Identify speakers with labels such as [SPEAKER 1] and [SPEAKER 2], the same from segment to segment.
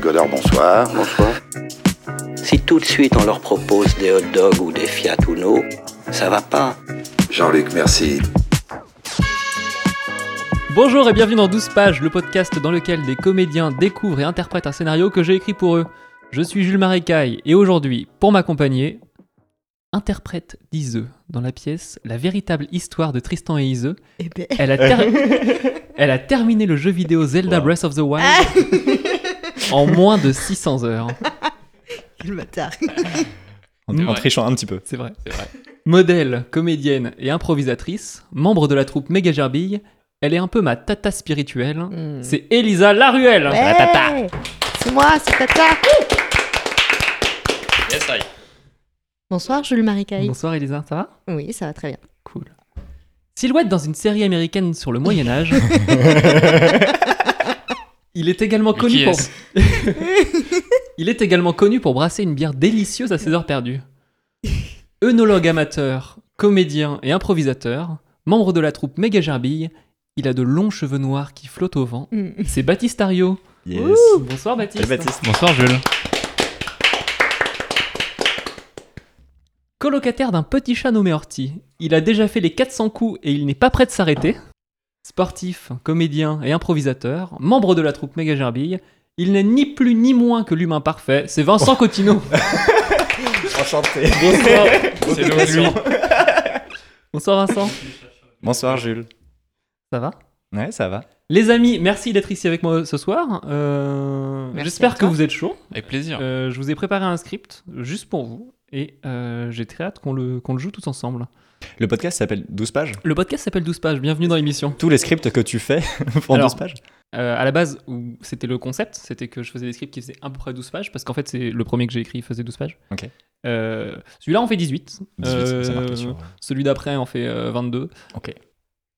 [SPEAKER 1] Godard, bonsoir.
[SPEAKER 2] Bonsoir.
[SPEAKER 3] Si tout de suite on leur propose des hot dogs ou des Fiat Uno, ça va pas.
[SPEAKER 1] Jean-Luc, merci.
[SPEAKER 4] Bonjour et bienvenue dans 12 pages, le podcast dans lequel des comédiens découvrent et interprètent un scénario que j'ai écrit pour eux. Je suis Jules Marécaille et aujourd'hui, pour m'accompagner, interprète d'Iseux dans la pièce La véritable histoire de Tristan et Iseux.
[SPEAKER 5] Eh ben.
[SPEAKER 4] Elle a, ter- Elle a terminé le jeu vidéo Zelda
[SPEAKER 2] Wow.
[SPEAKER 4] Breath of the Wild en moins de 600 heures.
[SPEAKER 5] Quel bâtard.
[SPEAKER 6] En, en
[SPEAKER 4] Ouais.
[SPEAKER 6] trichant un petit peu.
[SPEAKER 4] C'est vrai, c'est vrai. Modèle, comédienne et improvisatrice, membre de la troupe Méga Gerbille, elle est un peu ma tata spirituelle.
[SPEAKER 5] Mm.
[SPEAKER 4] C'est Elisa Laruelle. La tata.
[SPEAKER 5] Ouais. C'est moi, c'est Tata. Bonsoir, Jules Marécaille.
[SPEAKER 4] Bonsoir Elisa, ça va
[SPEAKER 5] Oui, ça va très bien.
[SPEAKER 4] Cool. Silhouette dans une série américaine sur le Moyen Âge. Il est également
[SPEAKER 7] Mais
[SPEAKER 4] connu
[SPEAKER 7] qui
[SPEAKER 4] pour
[SPEAKER 7] est-ce
[SPEAKER 4] Il est également connu pour brasser une bière délicieuse à ses heures perdues. Œnologue amateur, comédien et improvisateur, membre de la troupe Méga Gerbille, il a de longs cheveux noirs qui flottent au vent. C'est Baptiste Ario.
[SPEAKER 6] Yes.
[SPEAKER 4] Bonsoir Baptiste.
[SPEAKER 6] Salut Baptiste.
[SPEAKER 7] Bonsoir Jules.
[SPEAKER 4] Colocataire d'un petit chat nommé Horty, il a déjà fait les 400 coups et il n'est pas prêt de s'arrêter. Sportif, comédien et improvisateur, membre de la troupe Méga Gerbille, il n'est ni plus ni moins que l'humain parfait, c'est Vincent Cotineau.
[SPEAKER 6] Oh. Enchanté.
[SPEAKER 4] Bonsoir.
[SPEAKER 7] C'est lui.
[SPEAKER 4] Bonsoir Vincent.
[SPEAKER 6] Bonsoir Jules.
[SPEAKER 4] Ça va
[SPEAKER 6] Ouais, ça va.
[SPEAKER 4] Les amis, merci d'être ici avec moi ce soir. Euh,
[SPEAKER 5] Merci à
[SPEAKER 4] J'espère que
[SPEAKER 5] toi.
[SPEAKER 4] vous êtes chaud.
[SPEAKER 7] Avec plaisir.
[SPEAKER 4] je vous ai préparé un script juste pour vous et euh, j'ai très hâte qu'on le, qu'on le joue tous ensemble.
[SPEAKER 6] Le podcast s'appelle 12 pages.
[SPEAKER 4] Le podcast s'appelle 12 pages, bienvenue dans l'émission.
[SPEAKER 6] Tous les scripts que tu fais font
[SPEAKER 4] Alors,
[SPEAKER 6] 12 pages.
[SPEAKER 4] Euh, à la base, où c'était le concept, c'était que je faisais des scripts qui faisaient à peu près 12 pages, parce qu'en fait, c'est le premier que j'ai écrit faisait 12 pages.
[SPEAKER 6] Ok.
[SPEAKER 4] Euh, Celui-là, on fait 18.
[SPEAKER 6] 18, ça- ça
[SPEAKER 4] Euh,
[SPEAKER 6] marquait sur.
[SPEAKER 4] Celui d'après en fait euh, 22.
[SPEAKER 6] Ok.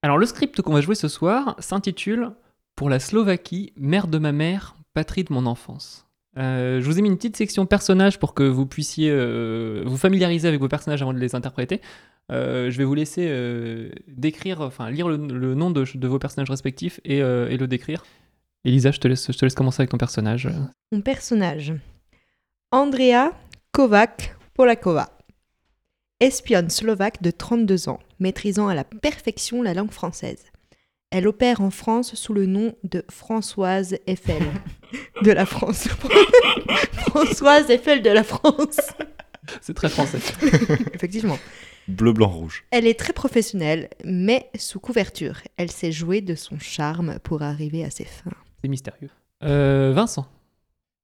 [SPEAKER 4] Alors, le script qu'on va jouer ce soir s'intitule Pour la Slovaquie, mère de ma mère, patrie de mon enfance. Euh, je vous ai mis une petite section personnages pour que vous puissiez euh, vous familiariser avec vos personnages avant de les interpréter. Euh, je vais vous laisser euh, décrire, enfin lire le, le nom de, de vos personnages respectifs et, euh, et le décrire. Elisa, je te, laisse, je te laisse commencer avec ton personnage.
[SPEAKER 5] Mon personnage. Andrea Kovac Polakova. Espionne slovaque de 32 ans, maîtrisant à la perfection la langue française. Elle opère en France sous le nom de Françoise Eiffel. de la France. Françoise Eiffel de la France.
[SPEAKER 4] C'est très français.
[SPEAKER 5] Effectivement.
[SPEAKER 6] Bleu, blanc, rouge.
[SPEAKER 5] Elle est très professionnelle, mais sous couverture. Elle s'est jouée de son charme pour arriver à ses fins.
[SPEAKER 4] C'est mystérieux. Euh, Vincent.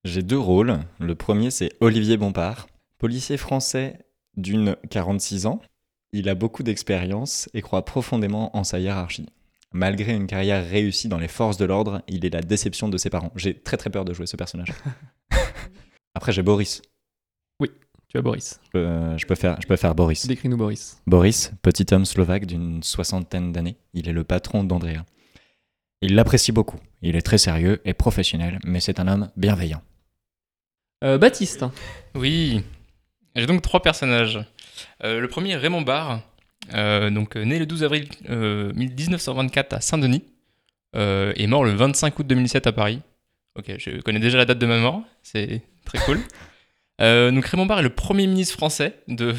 [SPEAKER 6] J'ai deux rôles. Le premier, c'est Olivier Bompard, policier français d'une 46 ans. Il a beaucoup d'expérience et croit profondément en sa hiérarchie. Malgré une carrière réussie dans les forces de l'ordre, il est la déception de ses parents. J'ai très très peur de jouer ce personnage. Après, j'ai Boris.
[SPEAKER 4] Tu as Boris.
[SPEAKER 6] Euh, je, peux faire, je peux faire Boris.
[SPEAKER 4] Décris-nous Boris.
[SPEAKER 6] Boris, petit homme slovaque d'une soixantaine d'années, il est le patron d'Andrea. Il l'apprécie beaucoup. Il est très sérieux et professionnel, mais c'est un homme bienveillant.
[SPEAKER 4] Euh, Baptiste.
[SPEAKER 7] Oui. J'ai donc trois personnages. Euh, le premier, Raymond Barre, euh, donc euh, né le 12 avril euh, 1924 à Saint-Denis euh, et mort le 25 août 2007 à Paris. Ok, je connais déjà la date de ma mort, c'est très cool. Euh, donc Raymond Barre est le premier ministre français de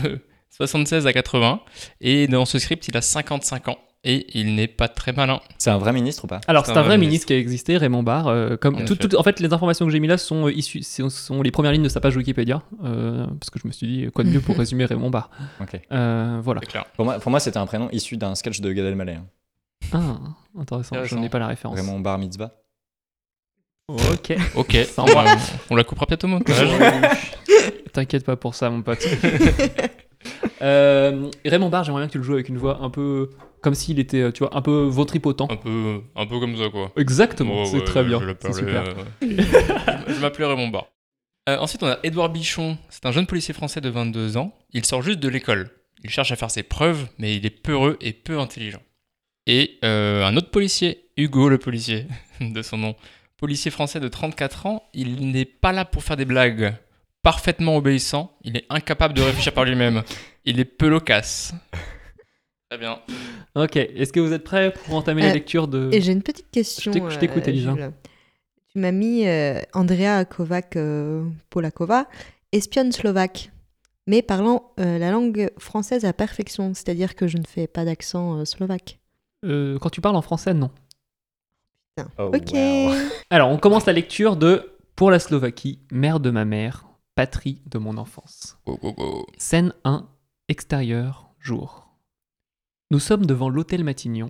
[SPEAKER 7] 76 à 80 et dans ce script, il a 55 ans et il n'est pas très malin.
[SPEAKER 6] C'est un vrai ministre ou pas
[SPEAKER 4] Alors, c'est un vrai ministre qui a existé, Raymond Barre. euh, comme
[SPEAKER 7] En
[SPEAKER 4] tout-
[SPEAKER 7] effet.
[SPEAKER 4] tout- en fait, les informations que j'ai mis là sont, euh, issues, sont, sont les premières lignes de sa page Wikipédia. euh, parce que je me suis dit, quoi de mieux pour résumer Raymond Barre
[SPEAKER 6] Ok.
[SPEAKER 4] Euh, Voilà.
[SPEAKER 7] C'est clair.
[SPEAKER 6] Pour moi, pour moi, c'était un prénom issu d'un sketch de Gad Elmaleh. hein.
[SPEAKER 4] Ah, intéressant. Je
[SPEAKER 7] Intéressant.
[SPEAKER 4] n'ai pas la référence.
[SPEAKER 6] Vraiment bar mitzvah.
[SPEAKER 4] Ok.
[SPEAKER 7] Ok,
[SPEAKER 4] Ça envoie.
[SPEAKER 7] on la coupera peut-être au montage.
[SPEAKER 4] T'inquiète pas pour ça, mon pote. Euh, Raymond Barre, j'aimerais bien que tu le joues avec une voix un peu. Comme s'il était, euh, tu vois, un peu vautripotent.
[SPEAKER 7] un peu, un peu comme ça, quoi.
[SPEAKER 4] Exactement,
[SPEAKER 7] Ouais,
[SPEAKER 4] c'est
[SPEAKER 7] ouais,
[SPEAKER 4] très bien.
[SPEAKER 7] Je,
[SPEAKER 4] C'est
[SPEAKER 7] l'appelle,
[SPEAKER 4] super.
[SPEAKER 7] euh, je je m'appellerai mon bar. Euh, ensuite, on a Édouard Bichon. C'est un jeune policier français de 22 ans. Il sort juste de l'école. Il cherche à faire ses preuves, mais il est peureux et peu intelligent. Et euh, un autre policier, Hugo le policier, de son nom. Policier français de 34 ans, il n'est pas là pour faire des blagues. Parfaitement obéissant, il est incapable de réfléchir par lui-même. Il est peu loquace. Très bien.
[SPEAKER 4] Ok, est-ce que vous êtes prêts pour entamer la
[SPEAKER 5] Euh,
[SPEAKER 4] lecture de.
[SPEAKER 5] Et j'ai une petite question. euh,
[SPEAKER 4] je t'éc- je t'écoute, Elisa.
[SPEAKER 5] Jules. Tu m'as mis euh, Andrea Kovac euh, Polakova, espionne slovaque, mais parlant euh, la langue française à perfection, c'est-à-dire que je ne fais pas d'accent euh, slovaque.
[SPEAKER 4] Euh, quand tu parles en français, non.
[SPEAKER 6] Oh,
[SPEAKER 5] ok.
[SPEAKER 6] wow.
[SPEAKER 4] Alors, on commence la lecture de Pour la Slovaquie, mère de ma mère, patrie de mon enfance.
[SPEAKER 7] Wow, wow, wow.
[SPEAKER 4] Scène 1, extérieur, jour. Nous sommes devant l'hôtel Matignon,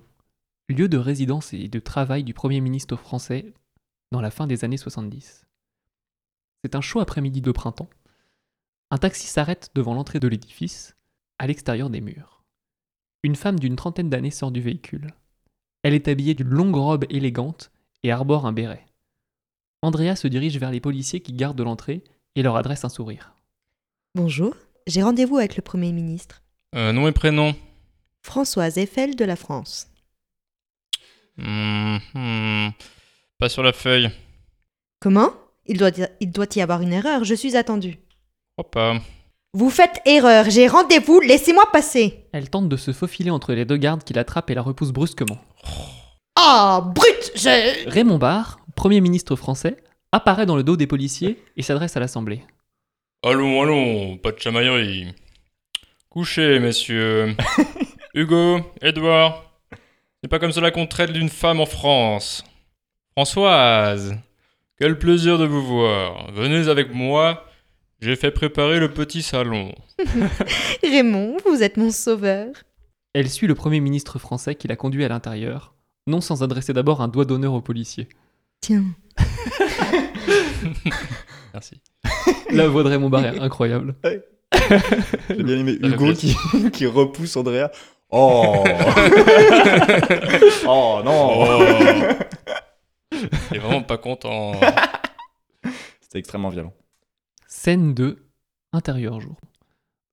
[SPEAKER 4] lieu de résidence et de travail du Premier ministre français dans la fin des années 70. C'est un chaud après-midi de printemps. Un taxi s'arrête devant l'entrée de l'édifice, à l'extérieur des murs. Une femme d'une trentaine d'années sort du véhicule. Elle est habillée d'une longue robe élégante et arbore un béret. Andrea se dirige vers les policiers qui gardent l'entrée et leur adresse un sourire.
[SPEAKER 5] Bonjour, j'ai rendez-vous avec le Premier ministre,
[SPEAKER 7] Euh, nom et prénom.
[SPEAKER 5] Françoise Eiffel de la France.
[SPEAKER 7] Hmm, hmm. Pas sur la feuille.
[SPEAKER 5] Comment il doit, y- il doit y avoir une erreur, je suis attendue.
[SPEAKER 7] Je crois pas.
[SPEAKER 5] Vous faites erreur, j'ai rendez-vous, laissez-moi passer.
[SPEAKER 4] Elle tente de se faufiler entre les deux gardes qui l'attrapent et la repoussent brusquement.
[SPEAKER 5] Ah, brut, je...
[SPEAKER 4] Raymond Barre, Premier ministre français, apparaît dans le dos des policiers et s'adresse à l'Assemblée.
[SPEAKER 7] Allons, allons, pas de chamaillerie. Couchez, messieurs. Hugo, Edouard. C'est pas comme cela qu'on traite d'une femme en France. Françoise, quel plaisir de vous voir. Venez avec moi. J'ai fait préparer le petit salon.
[SPEAKER 5] Raymond, vous êtes mon sauveur.
[SPEAKER 4] Elle suit le Premier ministre français qui la conduit à l'intérieur, non sans adresser d'abord un doigt d'honneur aux policiers.
[SPEAKER 5] Tiens.
[SPEAKER 7] Merci.
[SPEAKER 4] La voix de Raymond Barre est incroyable.
[SPEAKER 6] J'ai bien aimé
[SPEAKER 7] Ça fait
[SPEAKER 6] Hugo qui, qui repousse Andrea. Oh Oh non
[SPEAKER 7] Oh. T'es vraiment pas content.
[SPEAKER 6] C'était extrêmement violent.
[SPEAKER 4] Scène 2, intérieur jour.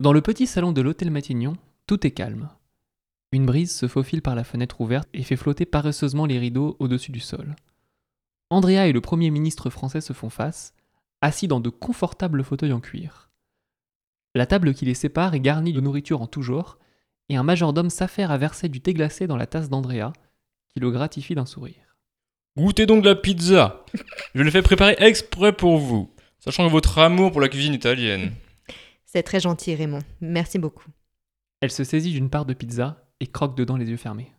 [SPEAKER 4] Dans le petit salon de l'hôtel Matignon, tout est calme. Une brise se faufile par la fenêtre ouverte et fait flotter paresseusement les rideaux au-dessus du sol. Andrea et le Premier ministre français se font face, assis dans de confortables fauteuils en cuir. La table qui les sépare est garnie de nourriture en tout genre, et un majordome s'affaire à verser du thé glacé dans la tasse d'Andrea, qui le gratifie d'un sourire.
[SPEAKER 7] Goûtez donc la pizza. Je l'ai fait préparer exprès pour vous, sachant votre amour pour la cuisine italienne.
[SPEAKER 5] C'est très gentil, Raymond. Merci beaucoup.
[SPEAKER 4] Elle se saisit d'une part de pizza et croque dedans les yeux fermés.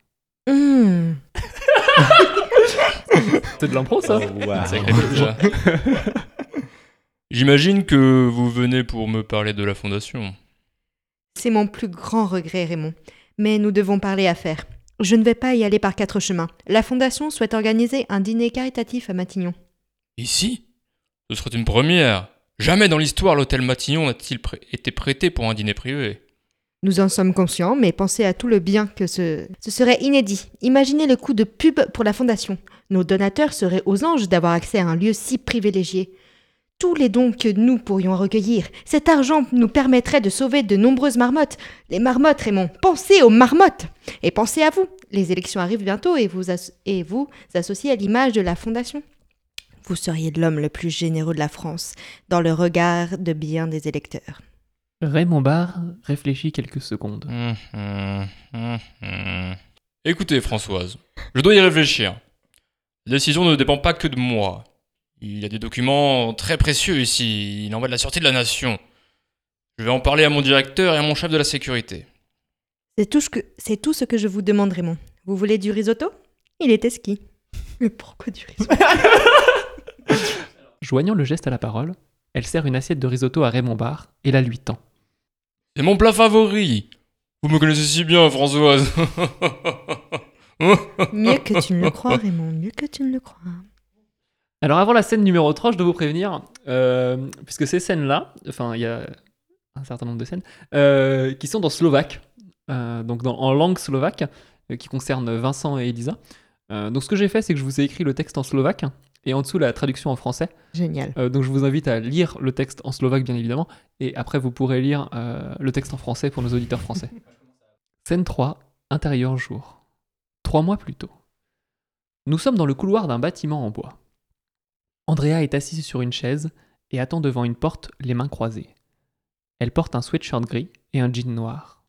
[SPEAKER 5] Hum,
[SPEAKER 4] C'est de l'impro ça
[SPEAKER 6] Oh, wow.
[SPEAKER 7] Sacré pizza. J'imagine que vous venez pour me parler de la fondation.
[SPEAKER 5] C'est mon plus grand regret, Raymond. Mais nous devons parler affaires. Je ne vais pas y aller par quatre chemins. La Fondation souhaite organiser un dîner caritatif à Matignon.
[SPEAKER 7] Ici Ce serait une première. Jamais dans l'histoire l'hôtel Matignon n'a-t-il pré- été prêté pour un dîner privé.
[SPEAKER 5] Nous en sommes conscients, mais pensez à tout le bien que ce... Ce serait inédit. Imaginez le coup de pub pour la Fondation. Nos donateurs seraient aux anges d'avoir accès à un lieu si privilégié. Tous les dons que nous pourrions recueillir, cet argent nous permettrait de sauver de nombreuses marmottes. Les marmottes, Raymond, pensez aux marmottes Et pensez à vous. Les élections arrivent bientôt et vous, as- et vous associez à l'image de la Fondation. Vous seriez l'homme le plus généreux de la France, dans le regard de bien des électeurs.
[SPEAKER 4] Raymond Barre réfléchit quelques secondes.
[SPEAKER 7] Hum, hum, hum, hum. Écoutez, Françoise, je dois y réfléchir. La décision ne dépend pas que de moi. Il y a des documents très précieux ici. Il en va de la sûreté de la nation. Je vais en parler à mon directeur et à mon chef de la sécurité.
[SPEAKER 5] C'est tout, ce que, c'est tout ce que je vous demande, Raymond. Vous voulez du risotto Il était ski. Mais pourquoi du risotto
[SPEAKER 4] Joignant le geste à la parole, elle sert une assiette de risotto à Raymond Barre et la lui tend.
[SPEAKER 7] C'est mon plat favori. Vous me connaissez si bien, Françoise.
[SPEAKER 5] Mieux que tu ne le crois, Raymond. Mieux que tu ne le crois.
[SPEAKER 4] Alors avant la scène numéro 3, je dois vous prévenir, euh, puisque ces scènes-là, enfin il y a un certain nombre de scènes, euh, qui sont dans slovaque, euh, donc dans- en langue slovaque, euh, qui concerne Vincent et Elisa. Euh, donc ce que j'ai fait, c'est que je vous ai écrit le texte en slovaque et en dessous la traduction en français.
[SPEAKER 5] Génial.
[SPEAKER 4] Euh, donc je vous invite à lire le texte en slovaque, bien évidemment, et après vous pourrez lire euh, le texte en français pour nos auditeurs français. Scène 3, intérieur jour. Trois mois plus tôt. Nous sommes dans le couloir d'un bâtiment en bois. Andrea est assise sur une chaise et attend devant une porte, les mains croisées. Elle porte un sweatshirt gris et un jean noir.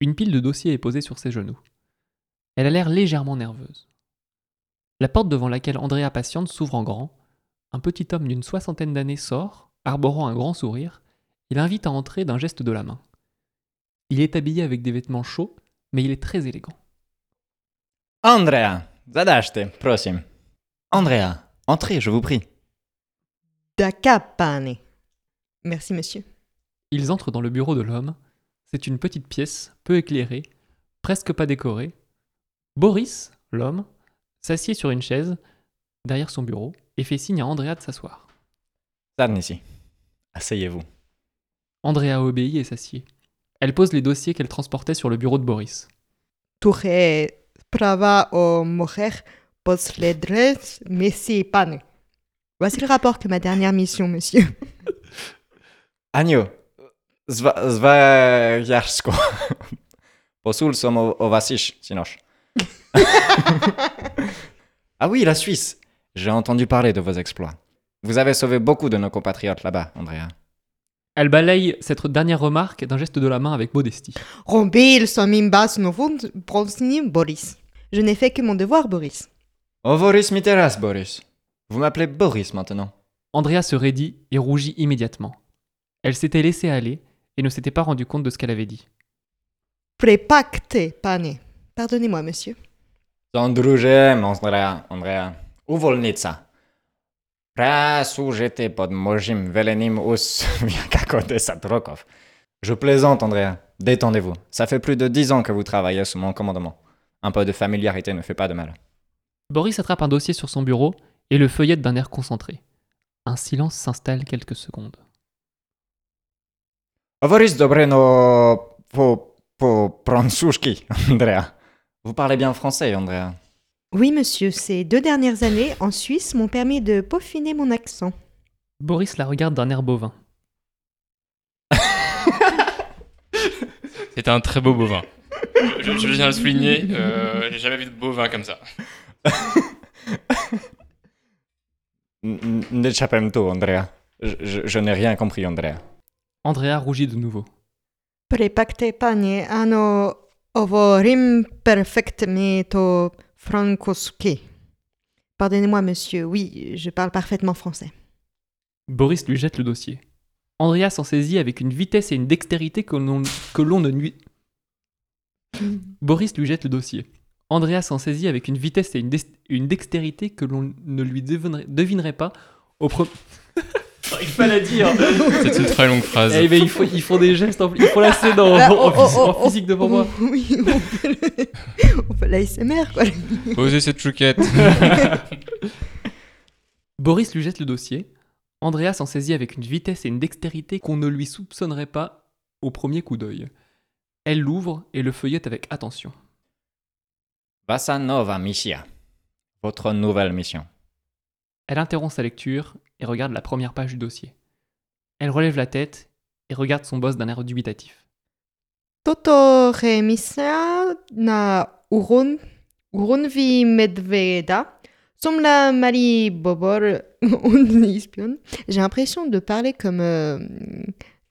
[SPEAKER 4] Une pile de dossiers est posée sur ses genoux. Elle a l'air légèrement nerveuse. La porte devant laquelle Andrea patiente s'ouvre en grand un petit homme d'une soixantaine d'années sort, arborant un grand sourire, et l'invite à entrer d'un geste de la main. Il est habillé avec des vêtements chauds, mais il est très élégant.
[SPEAKER 6] Andrea, zadashte, prosim. Andrea, entrez, je vous prie.
[SPEAKER 5] Da capane. Merci, monsieur.
[SPEAKER 4] Ils entrent dans le bureau de l'homme. C'est une petite pièce, peu éclairée, presque pas décorée. Boris, l'homme, s'assied sur une chaise, derrière son bureau, et fait signe à Andrea de s'asseoir.
[SPEAKER 6] Sadnisi, asseyez-vous.
[SPEAKER 4] Andrea obéit et s'assied. Elle pose les dossiers qu'elle transportait sur le bureau de Boris.
[SPEAKER 5] Touré prava o moher pos ledres messi pane. Voici le rapport que ma dernière mission, monsieur.
[SPEAKER 6] Agnew, zwa, zwajarsko. Posul som o- ovasish, sinoche. ah oui, la Suisse. J'ai entendu parler de vos exploits. Vous avez sauvé beaucoup de nos compatriotes là-bas, Andrea.
[SPEAKER 4] Elle balaye cette dernière remarque d'un geste de la main avec modestie.
[SPEAKER 5] Rombil som imbas novund bronsni Boris. Je n'ai fait que mon devoir, Boris.
[SPEAKER 6] Ovoris Miteras, Boris. Vous m'appelez Boris maintenant.
[SPEAKER 4] Andrea se raidit et rougit immédiatement. Elle s'était laissée aller et ne s'était pas rendue compte de ce qu'elle avait dit.
[SPEAKER 5] Prepacte pane. Pardonnez-moi, monsieur.
[SPEAKER 6] Zandrujem, Andrea, Andrea. Uvolnica. Prasujete pod mojim velenim us viakakote satrokov. Je plaisante, Andrea. Détendez-vous. Ça fait plus de dix ans que vous travaillez sous mon commandement. Un peu de familiarité ne fait pas de mal.
[SPEAKER 4] Boris attrape un dossier sur son bureau et le feuillette d'un air concentré. Un silence s'installe quelques secondes.
[SPEAKER 6] Ovoris dobreno po, po fransuski, Andrea. Vous parlez bien français, Andrea.
[SPEAKER 5] Oui, monsieur, ces deux dernières années en Suisse m'ont permis de peaufiner mon accent.
[SPEAKER 4] Boris la regarde d'un air bovin.
[SPEAKER 7] C'était un très beau bovin. Je, je viens à le souligner, euh, j'ai jamais vu de bovin comme ça.
[SPEAKER 6] N'échappez tout, Andrea. Je, je- je n'ai rien compris, Andrea.
[SPEAKER 4] Andrea rougit de nouveau.
[SPEAKER 5] Prepacte pane ano ovorim perfect meto francoski. Pardonnez-moi, monsieur, oui, je parle parfaitement français.
[SPEAKER 4] Boris lui jette le dossier. Andrea s'en saisit avec une vitesse et une dextérité que l'on que l'on ne nuit. Boris lui jette le dossier. Andrea s'en saisit avec une vitesse et une, dex- une dextérité que l'on ne lui devinerait, devinerait pas au premier. il fallait dire
[SPEAKER 7] C'est une très longue phrase.
[SPEAKER 4] Eh ben, ils, font, ils font des gestes, en, ils font la scène en,
[SPEAKER 5] Là,
[SPEAKER 4] en-
[SPEAKER 5] oh, oh,
[SPEAKER 4] en
[SPEAKER 5] oh, oh,
[SPEAKER 4] physique devant moi.
[SPEAKER 5] Oui, on fait, le- on fait l'ASMR, quoi.
[SPEAKER 7] Posez cette chouquette.
[SPEAKER 4] Boris lui jette le dossier. Andrea s'en saisit avec une vitesse et une dextérité qu'on ne lui soupçonnerait pas au premier coup d'œil. Elle l'ouvre et le feuillette avec attention.
[SPEAKER 6] Vassa Nova Missia. Votre nouvelle mission.
[SPEAKER 4] Elle interrompt sa lecture et regarde la première page du dossier. Elle relève la tête et regarde son boss d'un air dubitatif.
[SPEAKER 5] Toto remisa na urun, urunvi medveda, somla mali bobor, on espionne. J'ai l'impression de parler comme euh,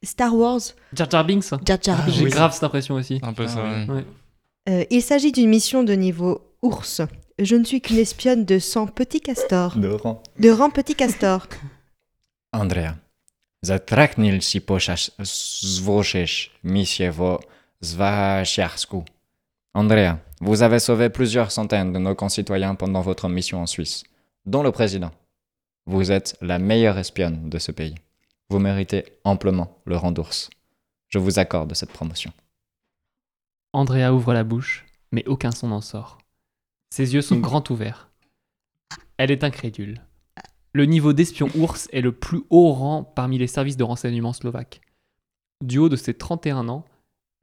[SPEAKER 5] Star Wars,
[SPEAKER 4] Jar Jar Binks hein.
[SPEAKER 5] Jar Jar
[SPEAKER 6] Ah,
[SPEAKER 5] Binks.
[SPEAKER 4] J'ai
[SPEAKER 6] oui.
[SPEAKER 4] grave cette impression aussi.
[SPEAKER 7] un peu ça.
[SPEAKER 6] Ah,
[SPEAKER 7] ouais.
[SPEAKER 4] Ouais.
[SPEAKER 5] Euh, il s'agit d'une mission de niveau ours. Je ne suis qu'une espionne de sang petit castor. De rang petit castor.
[SPEAKER 6] Andrea. Zatraknil si pochas zvochesh misievo zvachiarsku. Andrea, vous avez sauvé plusieurs centaines de nos concitoyens pendant votre mission en Suisse, dont le président. Vous êtes la meilleure espionne de ce pays. Vous méritez amplement le rang d'ours. Je vous accorde cette promotion.
[SPEAKER 4] Andrea ouvre la bouche, mais aucun son n'en sort. Ses yeux sont grands ouverts. Elle est incrédule. Le niveau d'espion ours est le plus haut rang parmi les services de renseignement slovaques. Du haut de ses 31 ans,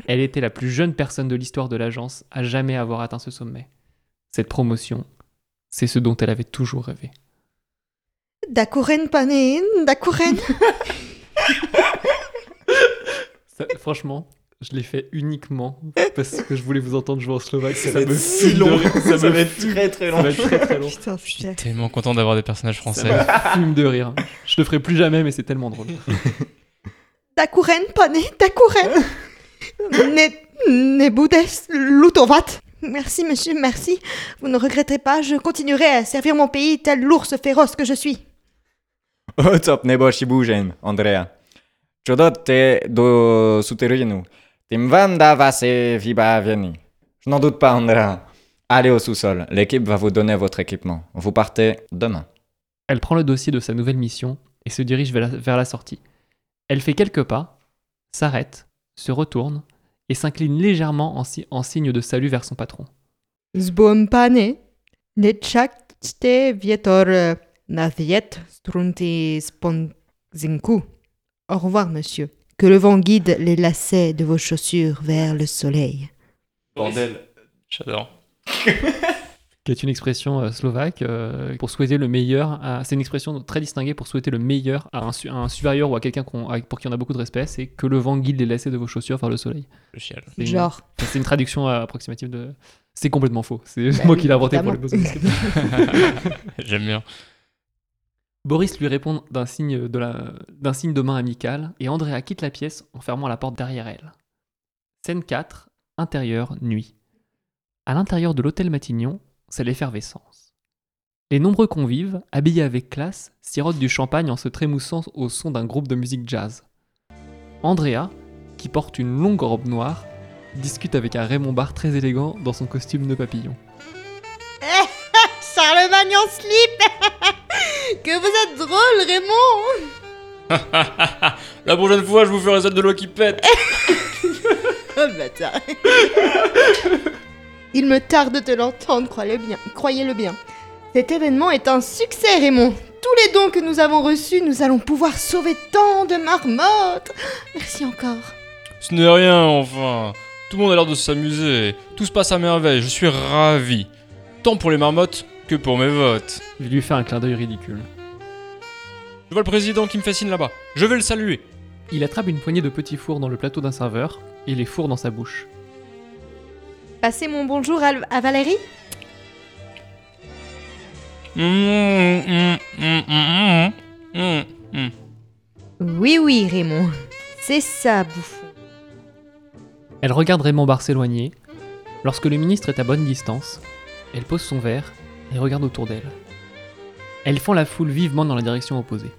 [SPEAKER 4] elle était la plus jeune personne de l'histoire de l'agence à jamais avoir atteint ce sommet. Cette promotion, c'est ce dont elle avait toujours rêvé.
[SPEAKER 5] Dakuren panen, dakuren.
[SPEAKER 4] Ça, franchement, je l'ai fait uniquement parce que je voulais vous entendre jouer en slovaque. Ça, me
[SPEAKER 6] si
[SPEAKER 4] fume de
[SPEAKER 6] long.
[SPEAKER 4] rire,
[SPEAKER 6] Ça
[SPEAKER 4] me
[SPEAKER 6] va être
[SPEAKER 4] fume-
[SPEAKER 6] très, très
[SPEAKER 4] ça va être très, très long.
[SPEAKER 5] Putain,
[SPEAKER 7] Je suis
[SPEAKER 5] putain.
[SPEAKER 7] tellement content d'avoir des personnages français.
[SPEAKER 4] fume de rire. Je le ferai plus jamais, mais c'est tellement drôle.
[SPEAKER 5] Dakuren panen, dakuren. ne, ne budes lutovat. Merci, monsieur, merci. Vous ne regretterez pas, je continuerai à servir mon pays tel l'ours féroce que je suis.
[SPEAKER 6] Оцоп не боші бужен, Андрея. Чудо те до сутерину. Тим вам да васе вибавені. Je n'en doute pas, Andrea. Allez au sous-sol. L'équipe va vous donner votre équipement. Vous partez demain.
[SPEAKER 4] Elle prend le dossier de sa nouvelle mission et se dirige vers la, vers la sortie. Elle fait quelques pas, s'arrête, se retourne et s'incline légèrement en, si- en signe de salut vers son patron.
[SPEAKER 5] Zbompane, nečakte vietor euh, na viet strunti sponzinku. Au revoir, monsieur. Que le vent guide les lacets de vos chaussures vers le soleil.
[SPEAKER 7] Bordel. J'adore.
[SPEAKER 4] qui est une expression euh, slovaque euh, pour souhaiter le meilleur. à- C'est une expression très distinguée pour souhaiter le meilleur à un, su- à un supérieur ou à quelqu'un qu'on- avec- pour qui on a beaucoup de respect. C'est que le vent guide les lacets de vos chaussures vers le soleil.
[SPEAKER 7] Je chiale.
[SPEAKER 4] C'est une-
[SPEAKER 5] Genre.
[SPEAKER 4] C'est une traduction euh, approximative de. C'est complètement faux. C'est
[SPEAKER 5] Bah
[SPEAKER 4] moi
[SPEAKER 5] oui,
[SPEAKER 4] qui l'ai inventé pour le
[SPEAKER 5] évidemment.
[SPEAKER 4] besoin. de script.
[SPEAKER 7] J'aime bien.
[SPEAKER 4] Boris lui répond d'un signe, de la- d'un signe de main amical et Andrea quitte la pièce en fermant la porte derrière elle. Scène 4, intérieur, nuit. À l'intérieur de l'hôtel Matignon, c'est l'effervescence. Les nombreux convives, habillés avec classe, sirotent du champagne en se trémoussant au son d'un groupe de musique jazz. Andrea, qui porte une longue robe noire, discute avec un Raymond Barre très élégant dans son costume de papillon.
[SPEAKER 5] Charlemagne en slip Que vous êtes drôle, Raymond
[SPEAKER 7] La prochaine fois, je vous ferai celle de l'eau qui pète.
[SPEAKER 5] Oh le bâtard Il me tarde de te l'entendre, croyez-le bien. Croyez-le bien. Cet événement est un succès, Raymond. Tous les dons que nous avons reçus, nous allons pouvoir sauver tant de marmottes. Merci encore.
[SPEAKER 7] Ce n'est rien, enfin. Tout le monde a l'air de s'amuser. Tout se passe à merveille. Je suis ravi. Tant pour les marmottes que pour mes votes.
[SPEAKER 4] Il lui fait un clin d'œil ridicule.
[SPEAKER 7] Je vois le président qui me fascine là-bas. Je vais le saluer.
[SPEAKER 4] Il attrape une poignée de petits fours dans le plateau d'un serveur et les fourre dans sa bouche.
[SPEAKER 5] Passez mon bonjour à, à Valérie.
[SPEAKER 7] Mmh, mmh, mmh, mmh, mmh, mmh.
[SPEAKER 5] Oui, oui, Raymond. C'est ça, bouffon.
[SPEAKER 4] Elle regarde Raymond Barre s'éloigner. Lorsque le ministre est à bonne distance, elle pose son verre et regarde autour d'elle. Elle fend la foule vivement dans la direction opposée.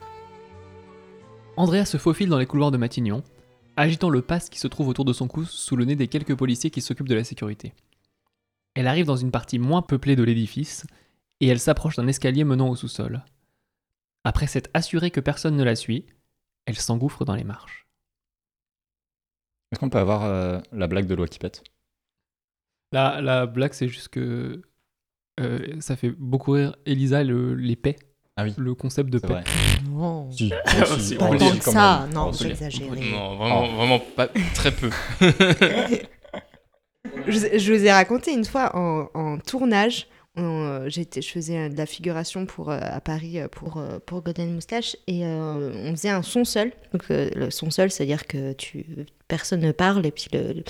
[SPEAKER 4] Andrea se faufile dans les couloirs de Matignon, agitant le passe qui se trouve autour de son cou sous le nez des quelques policiers qui s'occupent de la sécurité. Elle arrive dans une partie moins peuplée de l'édifice et elle s'approche d'un escalier menant au sous-sol. Après s'être assurée que personne ne la suit, elle s'engouffre dans les marches.
[SPEAKER 6] Est-ce qu'on peut avoir euh, la blague de l'eau qui pète
[SPEAKER 4] La, la blague, c'est juste que euh, ça fait beaucoup rire Elisa, le, les paix.
[SPEAKER 6] Ah oui.
[SPEAKER 4] Le concept de
[SPEAKER 6] C'est
[SPEAKER 4] paix.
[SPEAKER 6] vrai.
[SPEAKER 5] Non.
[SPEAKER 6] Si,
[SPEAKER 4] si,
[SPEAKER 5] Pas
[SPEAKER 4] on
[SPEAKER 5] tant
[SPEAKER 4] dit
[SPEAKER 5] que ça,
[SPEAKER 6] même.
[SPEAKER 5] non,
[SPEAKER 6] On
[SPEAKER 5] vous
[SPEAKER 6] dit.
[SPEAKER 5] exagérez.
[SPEAKER 7] Non, vraiment, vraiment pas très peu.
[SPEAKER 5] Je, je vous ai raconté une fois en, en tournage, on, euh, j'étais, je faisais euh, de la figuration pour, euh, à Paris euh, pour, euh, pour Golden Moustache et euh, on faisait un son seul. Donc, euh, le son seul, c'est-à-dire que tu, personne ne parle et puis le, le-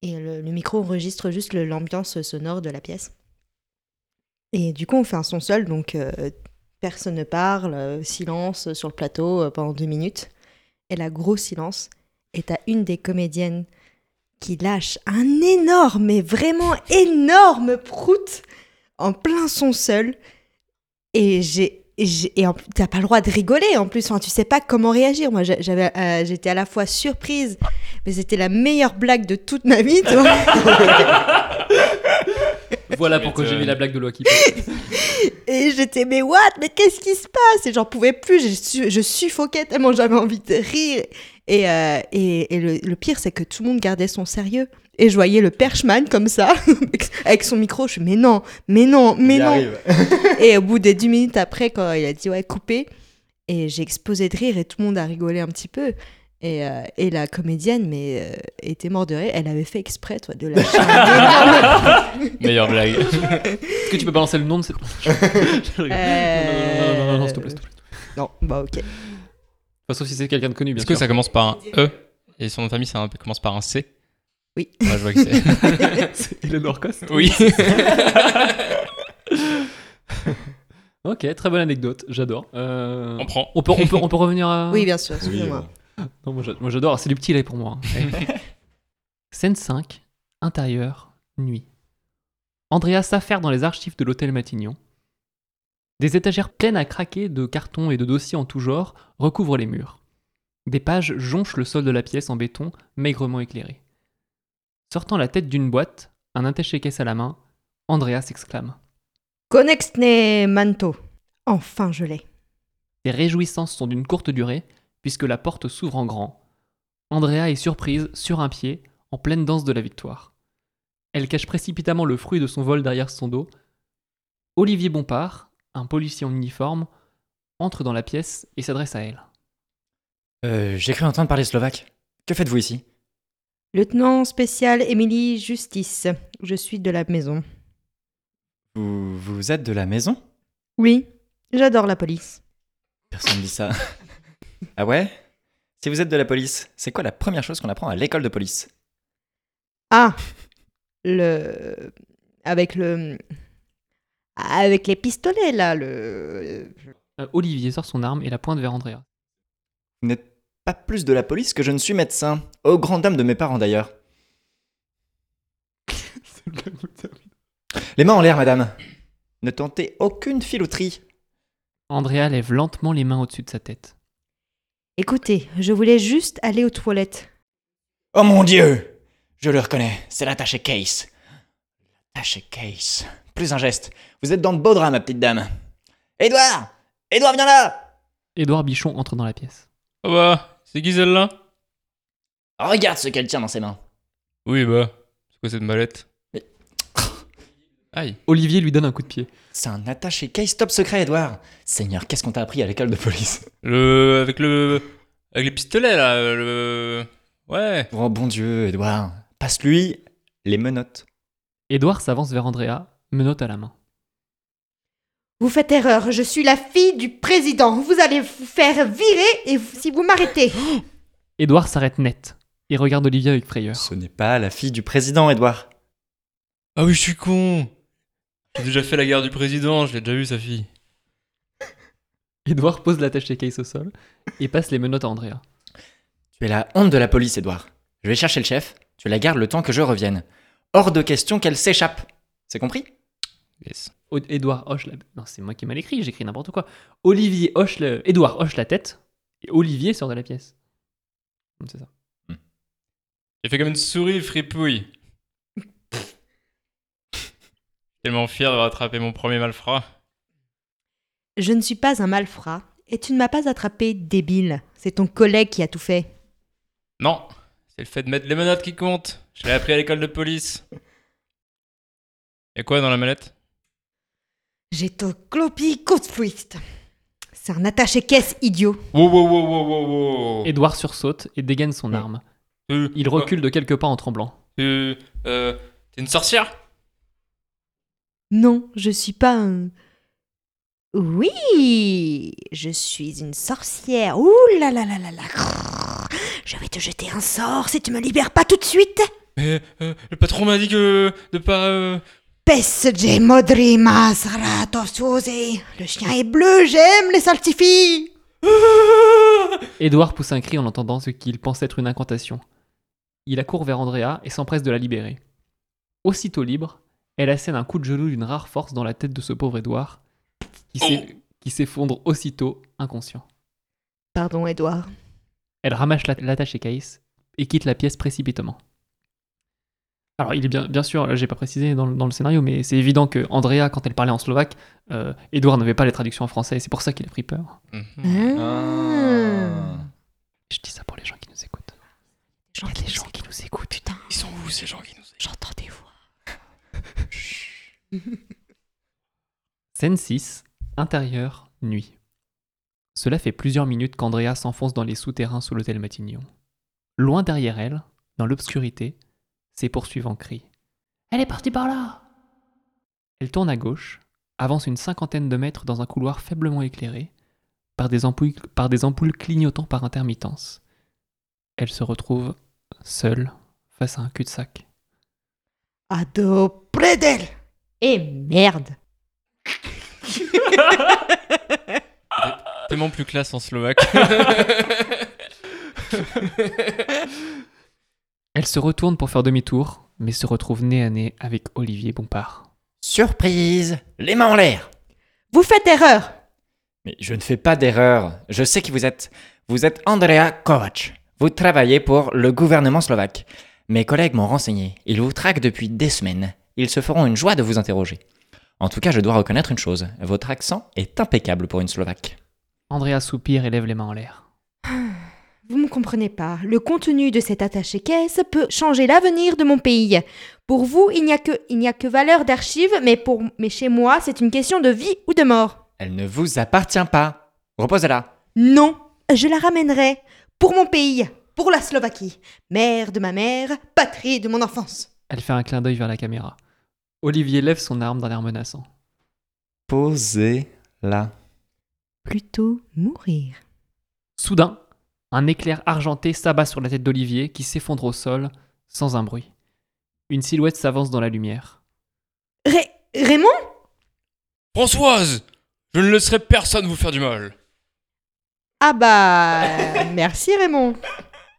[SPEAKER 5] et le, le micro enregistre juste le- l'ambiance sonore de la pièce. Et du coup, on fait un son seul, donc euh, personne ne parle, euh, silence sur le plateau euh, pendant deux minutes. Et là, gros silence. Et t'as une des comédiennes qui lâche un énorme, mais vraiment énorme prout en plein son seul. Et j'ai. et j'ai- Et en plus, t'as pas le droit de rigoler en plus, enfin, tu sais pas comment réagir. Moi j'a- j'avais, euh, j'étais à la fois surprise, mais c'était la meilleure blague de toute ma vie. tu vois.
[SPEAKER 4] Voilà
[SPEAKER 7] Tu
[SPEAKER 4] pourquoi j'ai mis
[SPEAKER 7] m'étonnes.
[SPEAKER 4] la blague de Loki. Pet.
[SPEAKER 5] Et j'étais, mais what Mais qu'est-ce qui se passe Et j'en pouvais plus, je, su- je suffoquais tellement j'avais envie de rire. Et, euh, et, et le, le pire, c'est que tout le monde gardait son sérieux. Et je voyais le perchman comme ça, avec son micro, je suis, mais non, mais non, mais non. Et au bout des 10 minutes après, quand il a dit ouais, coupez, et j'ai explosé de rire et tout le monde a rigolé un petit peu. Et, euh, et la comédienne mais, euh, était morte de rire. Elle avait fait exprès toi, de lâcher un énorme
[SPEAKER 7] Meilleure blague.
[SPEAKER 4] Est-ce que tu peux balancer le nom de cette. Je rigole. Non, non, non, non, non, non, s'il te plaît, s'il te plaît.
[SPEAKER 5] Euh, Non, bah ok.
[SPEAKER 4] Enfin, sauf si c'est quelqu'un de connu, bien
[SPEAKER 7] Est-ce que
[SPEAKER 4] sûr.
[SPEAKER 7] ça commence par un E et son nom de famille, ça commence par un C
[SPEAKER 5] Oui.
[SPEAKER 7] Moi, je vois que c'est.
[SPEAKER 4] C'est Eleanor Cost.
[SPEAKER 7] oui.
[SPEAKER 4] Ok, très bonne anecdote, j'adore. Euh,
[SPEAKER 7] On prend.
[SPEAKER 4] On peut, on, peut, on peut revenir à.
[SPEAKER 5] Oui, bien sûr,
[SPEAKER 6] Oui,
[SPEAKER 5] excusez-moi.
[SPEAKER 4] Non, moi j'a- moi, j'adore, c'est du petit lait pour moi. hein. Scène 5, intérieur, nuit. Andrea s'affaire dans les archives de l'hôtel Matignon. Des étagères pleines à craquer de cartons et de dossiers en tout genre recouvrent les murs. Des pages jonchent le sol de la pièce en béton maigrement éclairé. Sortant la tête d'une boîte, un attaché-caisse à la main, Andrea s'exclame.
[SPEAKER 5] Connexne Manto. Enfin, je l'ai.
[SPEAKER 4] Les réjouissances sont d'une courte durée, puisque la porte s'ouvre en grand. Andrea est surprise, sur un pied, en pleine danse de la victoire. Elle cache précipitamment le fruit de son vol derrière son dos. Olivier Bompard, un policier en uniforme, entre dans la pièce et s'adresse à elle.
[SPEAKER 2] Euh, J'ai cru entendre parler slovaque. Que faites-vous ici
[SPEAKER 5] Lieutenant spécial Émilie Justice. Je suis de la maison.
[SPEAKER 6] Vous, vous êtes de la maison
[SPEAKER 5] Oui, j'adore la police.
[SPEAKER 6] Personne ne dit ça. ah ouais Si vous êtes de la police, c'est quoi la première chose qu'on apprend à l'école de police
[SPEAKER 5] Ah Le. Avec le. Avec les pistolets, là, le.
[SPEAKER 4] Euh, Olivier sort son arme et la pointe vers Andrea.
[SPEAKER 6] Vous n'êtes pas plus de la police que je ne suis médecin. Aux grandes dames de mes parents d'ailleurs. Les mains en l'air, madame. Ne tentez aucune filouterie.
[SPEAKER 4] Andrea lève lentement les mains au-dessus de sa tête.
[SPEAKER 5] Écoutez, je voulais juste aller aux toilettes.
[SPEAKER 2] Oh mon dieu Je le reconnais, c'est l'attaché Case. L'attaché Case. Plus un geste. Vous êtes dans de beaux draps, ma petite dame. Édouard Édouard, viens là
[SPEAKER 4] Édouard Bichon entre dans la pièce.
[SPEAKER 7] Ah bah, c'est qui celle-là
[SPEAKER 2] Regarde ce qu'elle tient dans ses mains.
[SPEAKER 7] Oui, bah, c'est quoi cette mallette
[SPEAKER 2] Mais-
[SPEAKER 7] Aïe.
[SPEAKER 4] Olivier lui donne un coup de pied.
[SPEAKER 2] C'est un attaché Case top secret, Édouard. Seigneur, qu'est-ce qu'on t'a appris à l'école de police
[SPEAKER 7] Le. Avec le. Avec les pistolets, là. Le. Ouais.
[SPEAKER 2] Oh bon dieu, Édouard.
[SPEAKER 6] Passe-lui les menottes.
[SPEAKER 4] Édouard s'avance vers Andrea, menotte à la main.
[SPEAKER 5] Vous faites erreur, je suis la fille du président. Vous allez vous faire virer et vous- si vous m'arrêtez.
[SPEAKER 4] Édouard s'arrête net et regarde Olivier avec frayeur.
[SPEAKER 6] Ce n'est pas la fille du président, Édouard.
[SPEAKER 7] Ah oui, je suis con J'ai déjà fait la guerre du président, je l'ai déjà vu, sa fille.
[SPEAKER 4] Édouard pose l'attaché case au sol et passe les menottes à Andrea.
[SPEAKER 2] Tu es la honte de la police, Édouard. Je vais chercher le chef. Tu la gardes le temps que je revienne. Hors de question qu'elle s'échappe. C'est compris
[SPEAKER 7] Yes.
[SPEAKER 4] O- Édouard hoche la... Non, c'est moi qui ai mal écrit, j'écris n'importe quoi. Olivier hoche le... Édouard hoche la tête, et Olivier sort de la pièce. Hum, C'est ça.
[SPEAKER 7] Il fait comme une souris fripouille. Tellement fier d'avoir attrapé mon premier malfrat.
[SPEAKER 5] Je ne suis pas un malfrat et tu ne m'as pas attrapé, débile. C'est ton collègue qui a tout fait.
[SPEAKER 7] Non, c'est le fait de mettre les menottes qui compte. Je l'ai appris à l'école de police. Et quoi dans la mallette
[SPEAKER 5] J'ai ton clopi coup de fuite. C'est un attaché caisse idiot.
[SPEAKER 7] Wow, wow, wow, wow, wow, wow.
[SPEAKER 4] Édouard sursaute et dégaine son arme.
[SPEAKER 7] Euh,
[SPEAKER 4] Il recule de quelques pas en tremblant.
[SPEAKER 7] Euh, euh, t'es une sorcière
[SPEAKER 5] Non, je suis pas un. Oui, je suis une sorcière. Ouh là là là là là. Grrr. Je vais te jeter un sort si tu me libères pas tout de suite.
[SPEAKER 7] Mais euh, le patron m'a dit que de pas. euh,
[SPEAKER 5] Pesce modri masaratosuze. Le chien est bleu, j'aime les saltifis.
[SPEAKER 4] Édouard pousse un cri en entendant ce qu'il pense être une incantation. Il accourt vers Andrea et s'empresse de la libérer. Aussitôt libre, elle assène un coup de genou d'une rare force dans la tête de ce pauvre Édouard, qui s'é- qui s'effondre aussitôt, inconscient.
[SPEAKER 5] Pardon, Edouard.
[SPEAKER 4] Elle ramasse la- l'attache et Caïs et quitte la pièce précipitamment. Alors, il est bien, bien sûr, là, j'ai pas précisé dans, le- dans le scénario, mais c'est évident que Andrea, quand elle parlait en slovaque, euh, Edouard n'avait pas les traductions en français, et c'est pour ça qu'il a pris peur.
[SPEAKER 7] Mhm.
[SPEAKER 5] Ah.
[SPEAKER 4] Je dis ça pour les gens qui nous écoutent.
[SPEAKER 5] Il y a des gens qui nous écoutent, putain.
[SPEAKER 7] Ils sont où ces gens qui nous
[SPEAKER 5] J'entends des voix.
[SPEAKER 4] Scène 6, intérieur, nuit. Cela fait plusieurs minutes qu'Andrea s'enfonce dans les souterrains sous l'hôtel Matignon. Loin derrière elle, dans l'obscurité, ses poursuivants crient Elle est partie par là Elle tourne à gauche, avance une cinquantaine de mètres dans un couloir faiblement éclairé, par des ampoules, par des ampoules clignotant par intermittence. Elle se retrouve seule face à un cul-de-sac.
[SPEAKER 5] Ado près d'elle. Et merde.
[SPEAKER 7] Tellement plus classe en slovaque.
[SPEAKER 4] Elle se retourne pour faire demi-tour, mais se retrouve nez à nez avec Olivier Bompard.
[SPEAKER 2] Surprise Les mains en l'air
[SPEAKER 5] Vous faites erreur
[SPEAKER 2] Mais je ne fais pas d'erreur. Je sais qui vous êtes. Vous êtes Andrea Kovac. Vous travaillez pour le gouvernement slovaque. Mes collègues m'ont renseigné. Ils vous traquent depuis des semaines. Ils se feront une joie de vous interroger. En tout cas, je dois reconnaître une chose. Votre accent est impeccable pour une Slovaque.
[SPEAKER 4] Andrea soupire et lève les mains en l'air.
[SPEAKER 5] Vous ne me comprenez pas. Le contenu de cet attaché-caisse peut changer l'avenir de mon pays. Pour vous, il n'y a que, il n'y a que valeur d'archives, mais, pour, mais chez moi, c'est une question de vie ou de mort.
[SPEAKER 2] Elle ne vous appartient pas. Reposez-la.
[SPEAKER 5] Non, je la ramènerai. Pour mon pays, pour la Slovaquie. Mère de ma mère, patrie de mon enfance.
[SPEAKER 4] Elle fait un clin d'œil vers la caméra. Olivier lève son arme d'un air menaçant.
[SPEAKER 6] Posez-la.
[SPEAKER 5] Plutôt mourir.
[SPEAKER 4] Soudain, un éclair argenté s'abat sur la tête d'Olivier qui s'effondre au sol sans un bruit. Une silhouette s'avance dans la lumière.
[SPEAKER 5] Ré- Raymond
[SPEAKER 7] Françoise Je ne laisserai personne vous faire du mal.
[SPEAKER 5] Ah bah... merci Raymond.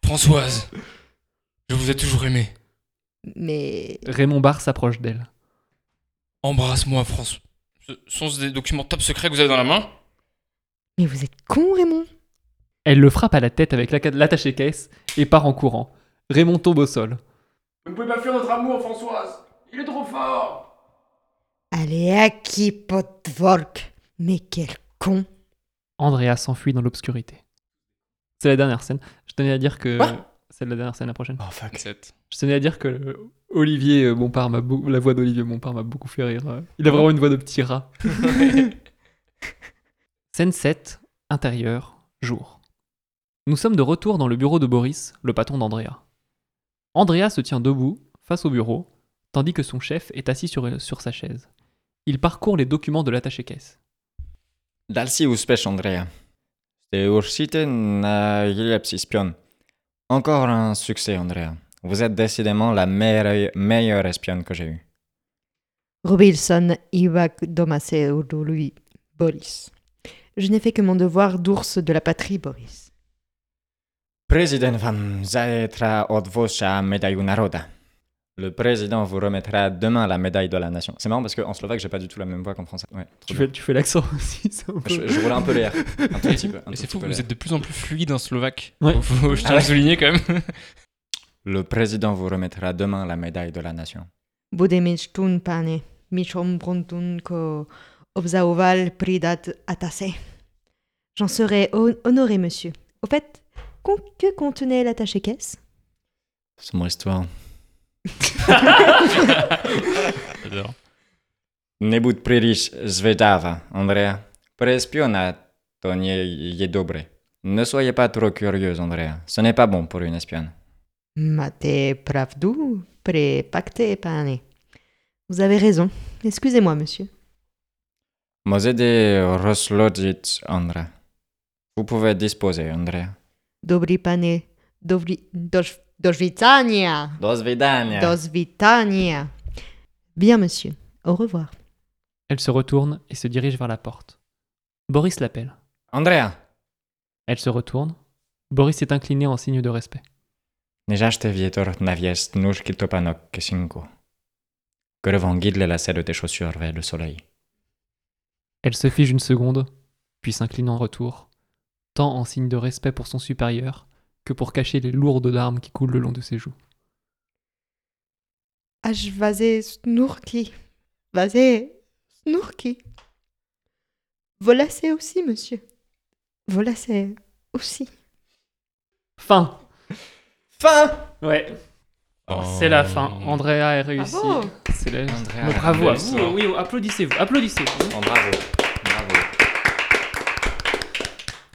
[SPEAKER 7] Françoise Je vous ai toujours aimé.
[SPEAKER 5] Mais...
[SPEAKER 4] Raymond Barre s'approche d'elle.
[SPEAKER 7] Embrasse-moi, France. Ce sont des documents top secrets que vous avez dans la main
[SPEAKER 5] Mais vous êtes con Raymond
[SPEAKER 4] Elle le frappe à la tête avec la- l'attaché caisse et part en courant. Raymond tombe au sol.
[SPEAKER 7] Vous ne pouvez pas fuir notre amour, Françoise Il est trop fort
[SPEAKER 5] Allez, à qui potvork Mais quel con
[SPEAKER 4] Andrea s'enfuit dans l'obscurité. C'est la dernière scène. Je tenais à dire que.
[SPEAKER 7] Quoi
[SPEAKER 4] C'est la dernière scène, la
[SPEAKER 7] Bah,
[SPEAKER 4] prochaine.
[SPEAKER 2] Oh fuck.
[SPEAKER 4] Je tenais à dire que euh, Olivier euh, Bompard m'a beau- la voix d'Olivier Bompard m'a beaucoup fait rire. euh. Il a vraiment une voix de petit rat. Scène 7, intérieur, jour. Nous sommes de retour dans le bureau de Boris, le patron d'Andrea. Andrea se tient debout, face au bureau, tandis que son chef est assis sur, euh, sur sa chaise. Il parcourt les documents de l'attaché-caisse.
[SPEAKER 6] Dal si uspeš, Andrea. Ste určite najlepší espion. Encore un succès, Andrea. Vous êtes décidément la meilleure, meilleure espionne que j'ai eue.
[SPEAKER 5] Robinson Iwak Domaseudului Boris. Je n'ai fait que mon devoir d'ours de la patrie, Boris.
[SPEAKER 6] Président Van zaetra od vosha médaille naroda. Le président vous remettra demain la médaille de la nation. C'est marrant parce qu'en slovaque, j'ai pas du tout la même voix qu'en français. Ouais, trop
[SPEAKER 4] Tu
[SPEAKER 6] bien.
[SPEAKER 4] fais, tu fais l'accent aussi, c'est un peu-
[SPEAKER 6] Je, je roule un peu l'air. Un tout petit peu. un
[SPEAKER 7] Mais
[SPEAKER 6] tout
[SPEAKER 7] c'est
[SPEAKER 6] petit
[SPEAKER 7] fou,
[SPEAKER 6] peu
[SPEAKER 7] vous
[SPEAKER 6] l'air.
[SPEAKER 7] êtes de plus en plus fluide en slovaque.
[SPEAKER 4] Ouais.
[SPEAKER 7] Faut- faut- je tiens à
[SPEAKER 6] Ah
[SPEAKER 7] le souligner quand même.
[SPEAKER 6] Le président vous remettra demain la médaille de la nation.
[SPEAKER 5] Bodemestun pane, michom brontun ko obzaoval pridat atase. J'en serais hon- honoré, monsieur. Au fait, con- que contenait l'attaché-caisse
[SPEAKER 6] C'est mon histoire.
[SPEAKER 7] J'adore.
[SPEAKER 6] Nebud pririš zvedava, Andrea. Prespiona, to nie je dobre. Ne soyez pas trop curieuse, Andrea. Ce n'est pas bon pour une espionne.
[SPEAKER 5] Mate pravdu prepacte pane. Vous avez raison. Excusez-moi, monsieur.
[SPEAKER 6] Mozede rozložit, Andrea. Vous pouvez disposer, Andrea.
[SPEAKER 5] Dobri pane, dobri... dosh- doshvitania.
[SPEAKER 6] До свидания.
[SPEAKER 5] Dos vitania. Bien, monsieur. Au revoir.
[SPEAKER 4] Elle se retourne et se dirige vers la porte. Boris l'appelle.
[SPEAKER 6] Andrea,
[SPEAKER 4] Elle se retourne. Boris est incliné en signe de respect.
[SPEAKER 6] nežašte vietor na viest nůžky topanok ke synku. Que le vent guide les lacets de tes chaussures vers le soleil.
[SPEAKER 4] Elle se fige une seconde, puis s'incline en retour, tant en signe de respect pour son supérieur que pour cacher les lourdes larmes qui coulent le long de ses joues.
[SPEAKER 5] Aš vaze snurki. Vaze snurki. Volacé aussi, monsieur. Volacé aussi.
[SPEAKER 4] Fin
[SPEAKER 6] Fin
[SPEAKER 4] Ouais,
[SPEAKER 7] Oh.
[SPEAKER 4] c'est la fin. Andrea est réussi.
[SPEAKER 5] Bravo.
[SPEAKER 4] c'est la...
[SPEAKER 6] Andrea,
[SPEAKER 4] Mais bravo à
[SPEAKER 6] réussi.
[SPEAKER 4] vous. Oui, oui, applaudissez-vous, applaudissez-vous.
[SPEAKER 6] Oh, bravo. Bravo.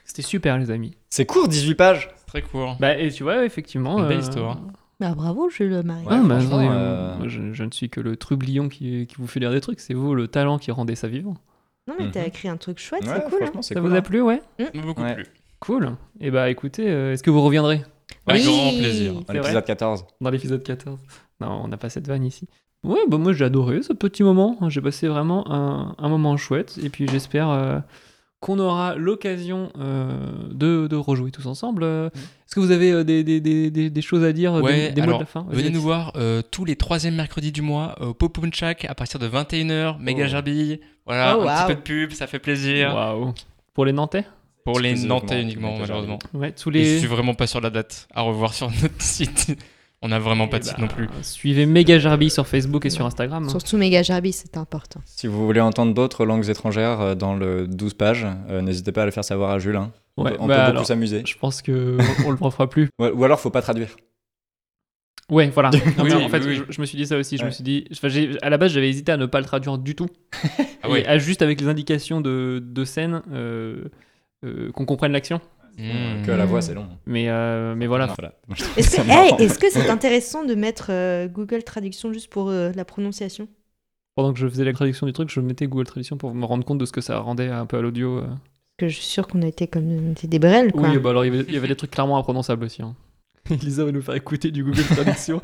[SPEAKER 4] C'était super, les amis.
[SPEAKER 6] C'est court, 18 pages.
[SPEAKER 7] C'est Très court.
[SPEAKER 4] Bah, et tu vois, effectivement. euh,
[SPEAKER 7] Une belle histoire.
[SPEAKER 5] Bah, bravo, je le marie.
[SPEAKER 6] Ouais,
[SPEAKER 4] ah, bah,
[SPEAKER 6] franchement,
[SPEAKER 4] attendez,
[SPEAKER 6] euh,
[SPEAKER 4] moi, je, je ne suis que le trublion qui, qui vous fait lire des trucs. C'est vous le talent qui rendait ça vivant.
[SPEAKER 5] Non, mais t'as
[SPEAKER 6] Mhm.
[SPEAKER 5] écrit un truc chouette,
[SPEAKER 6] Ouais,
[SPEAKER 5] c'est cool. hein.
[SPEAKER 6] franchement, c'est
[SPEAKER 4] Ça
[SPEAKER 6] cool,
[SPEAKER 4] vous a
[SPEAKER 6] hein.
[SPEAKER 4] plu, ouais
[SPEAKER 7] Ça m'a Beaucoup
[SPEAKER 6] Ouais.
[SPEAKER 7] plu.
[SPEAKER 4] Cool. Et bah écoutez, euh, est-ce que vous reviendrez
[SPEAKER 7] Avec
[SPEAKER 5] Oui.
[SPEAKER 7] grand plaisir.
[SPEAKER 4] C'est
[SPEAKER 6] L'épisode 14.
[SPEAKER 4] dans l'épisode 14 Non, on n'a pas cette vanne ici. Ouais, bah hein. moi j'ai adoré ce petit moment. J'ai passé vraiment un, un moment chouette. Et puis j'espère euh, qu'on aura l'occasion euh, de, de rejouer tous ensemble. Euh, Est-ce que vous avez euh, des, des- des- des- des choses à dire, euh,
[SPEAKER 7] Mm. Ouais,
[SPEAKER 4] des, des mots
[SPEAKER 7] alors,
[SPEAKER 4] de la fin Vas-y,
[SPEAKER 7] Venez nous
[SPEAKER 4] Alexis.
[SPEAKER 7] voir euh, tous les troisièmes mercredis du mois euh, au Popunchak à partir de 21h, méga
[SPEAKER 4] Oh.
[SPEAKER 7] gerbille. Voilà,
[SPEAKER 5] Oh,
[SPEAKER 7] un
[SPEAKER 5] wow.
[SPEAKER 7] petit peu de pub, ça fait plaisir.
[SPEAKER 4] Waouh. Pour les Nantais
[SPEAKER 7] Pour les
[SPEAKER 6] Exclusivement,
[SPEAKER 7] Nantais uniquement,
[SPEAKER 6] méga gerbille.
[SPEAKER 7] malheureusement.
[SPEAKER 4] Ouais, tous
[SPEAKER 7] Et je
[SPEAKER 4] les.
[SPEAKER 7] suis vraiment pas sur la date. À revoir sur notre site. On a vraiment pas de
[SPEAKER 4] Eh
[SPEAKER 7] site
[SPEAKER 4] bah,
[SPEAKER 7] non plus.
[SPEAKER 4] Suivez Mega Jarby sur Facebook et sur Instagram. hein.
[SPEAKER 5] Surtout méga Jarby, c'est important.
[SPEAKER 6] Si vous voulez entendre d'autres langues étrangères euh, dans le 12 pages, euh, n'hésitez pas à le faire savoir à Jules. hein. On
[SPEAKER 4] Ouais,
[SPEAKER 6] peut- on
[SPEAKER 4] bah
[SPEAKER 6] peut
[SPEAKER 4] alors,
[SPEAKER 6] beaucoup s'amuser.
[SPEAKER 4] Je pense que on le refera plus.
[SPEAKER 6] Ou, ou alors, faut pas traduire.
[SPEAKER 4] Ouais, voilà. Non, mais
[SPEAKER 7] Oui,
[SPEAKER 4] en fait,
[SPEAKER 7] oui, oui.
[SPEAKER 4] Je, je me suis dit ça aussi. Je me
[SPEAKER 6] Ouais.
[SPEAKER 4] suis dit, enfin, j'ai- à la base, j'avais hésité à ne pas le traduire du tout,
[SPEAKER 7] Ah
[SPEAKER 4] et
[SPEAKER 7] ouais.
[SPEAKER 4] à juste avec les indications de, de scène euh, euh, qu'on comprenne l'action.
[SPEAKER 7] Mmh.
[SPEAKER 6] Que la
[SPEAKER 5] Mm.
[SPEAKER 6] voix, c'est long.
[SPEAKER 4] Mais euh, mais Hmm. voilà.
[SPEAKER 6] Voilà.
[SPEAKER 5] Est-ce que
[SPEAKER 6] Ça
[SPEAKER 5] hey,
[SPEAKER 6] me rend-
[SPEAKER 5] est-ce que c'est intéressant de mettre euh, Google Traduction juste pour euh, la prononciation
[SPEAKER 4] Pendant que je faisais la traduction du truc, je mettais Google Traduction pour me rendre compte de ce que ça rendait un peu à l'audio. euh.
[SPEAKER 5] Parce que je suis sûre qu'on a été comme on était des brels, quoi.
[SPEAKER 4] Oui, bah alors il y avait- il y avait des trucs clairement imprononçables aussi. hein. Elisa va nous faire écouter du Google Traduction.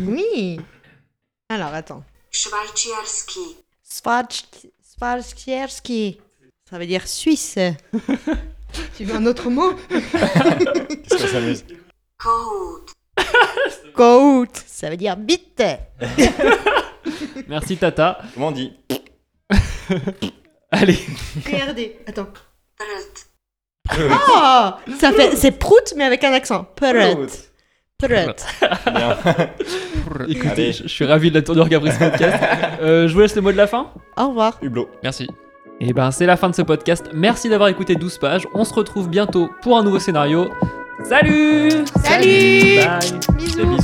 [SPEAKER 5] Oui. Alors, attends.
[SPEAKER 8] Schwarzcielski,
[SPEAKER 5] Svarch- Svarchierski. Ça veut dire Suisse. tu veux un autre mot
[SPEAKER 6] Qu'est-ce qu'on s'amuse
[SPEAKER 8] Kohout,
[SPEAKER 5] Kout. Ça veut dire bite.
[SPEAKER 4] Merci Tata.
[SPEAKER 6] Comment on dit
[SPEAKER 4] Allez.
[SPEAKER 5] Regardez. Attends.
[SPEAKER 8] Prut,
[SPEAKER 5] Oh Ça fait... C'est prout, mais avec un accent. Perut. Perut.
[SPEAKER 6] Bien.
[SPEAKER 4] Écoutez,
[SPEAKER 6] Allez.
[SPEAKER 4] je, je suis ravi de la tournure qu'a pris ce podcast. Euh, je vous laisse le mot de la fin.
[SPEAKER 5] Au revoir.
[SPEAKER 6] Hublot.
[SPEAKER 7] Merci.
[SPEAKER 4] Et ben c'est la fin de ce podcast. Merci d'avoir écouté 12 pages. On se retrouve bientôt pour un nouveau scénario. Salut
[SPEAKER 5] Salut
[SPEAKER 4] Bye
[SPEAKER 5] Bisous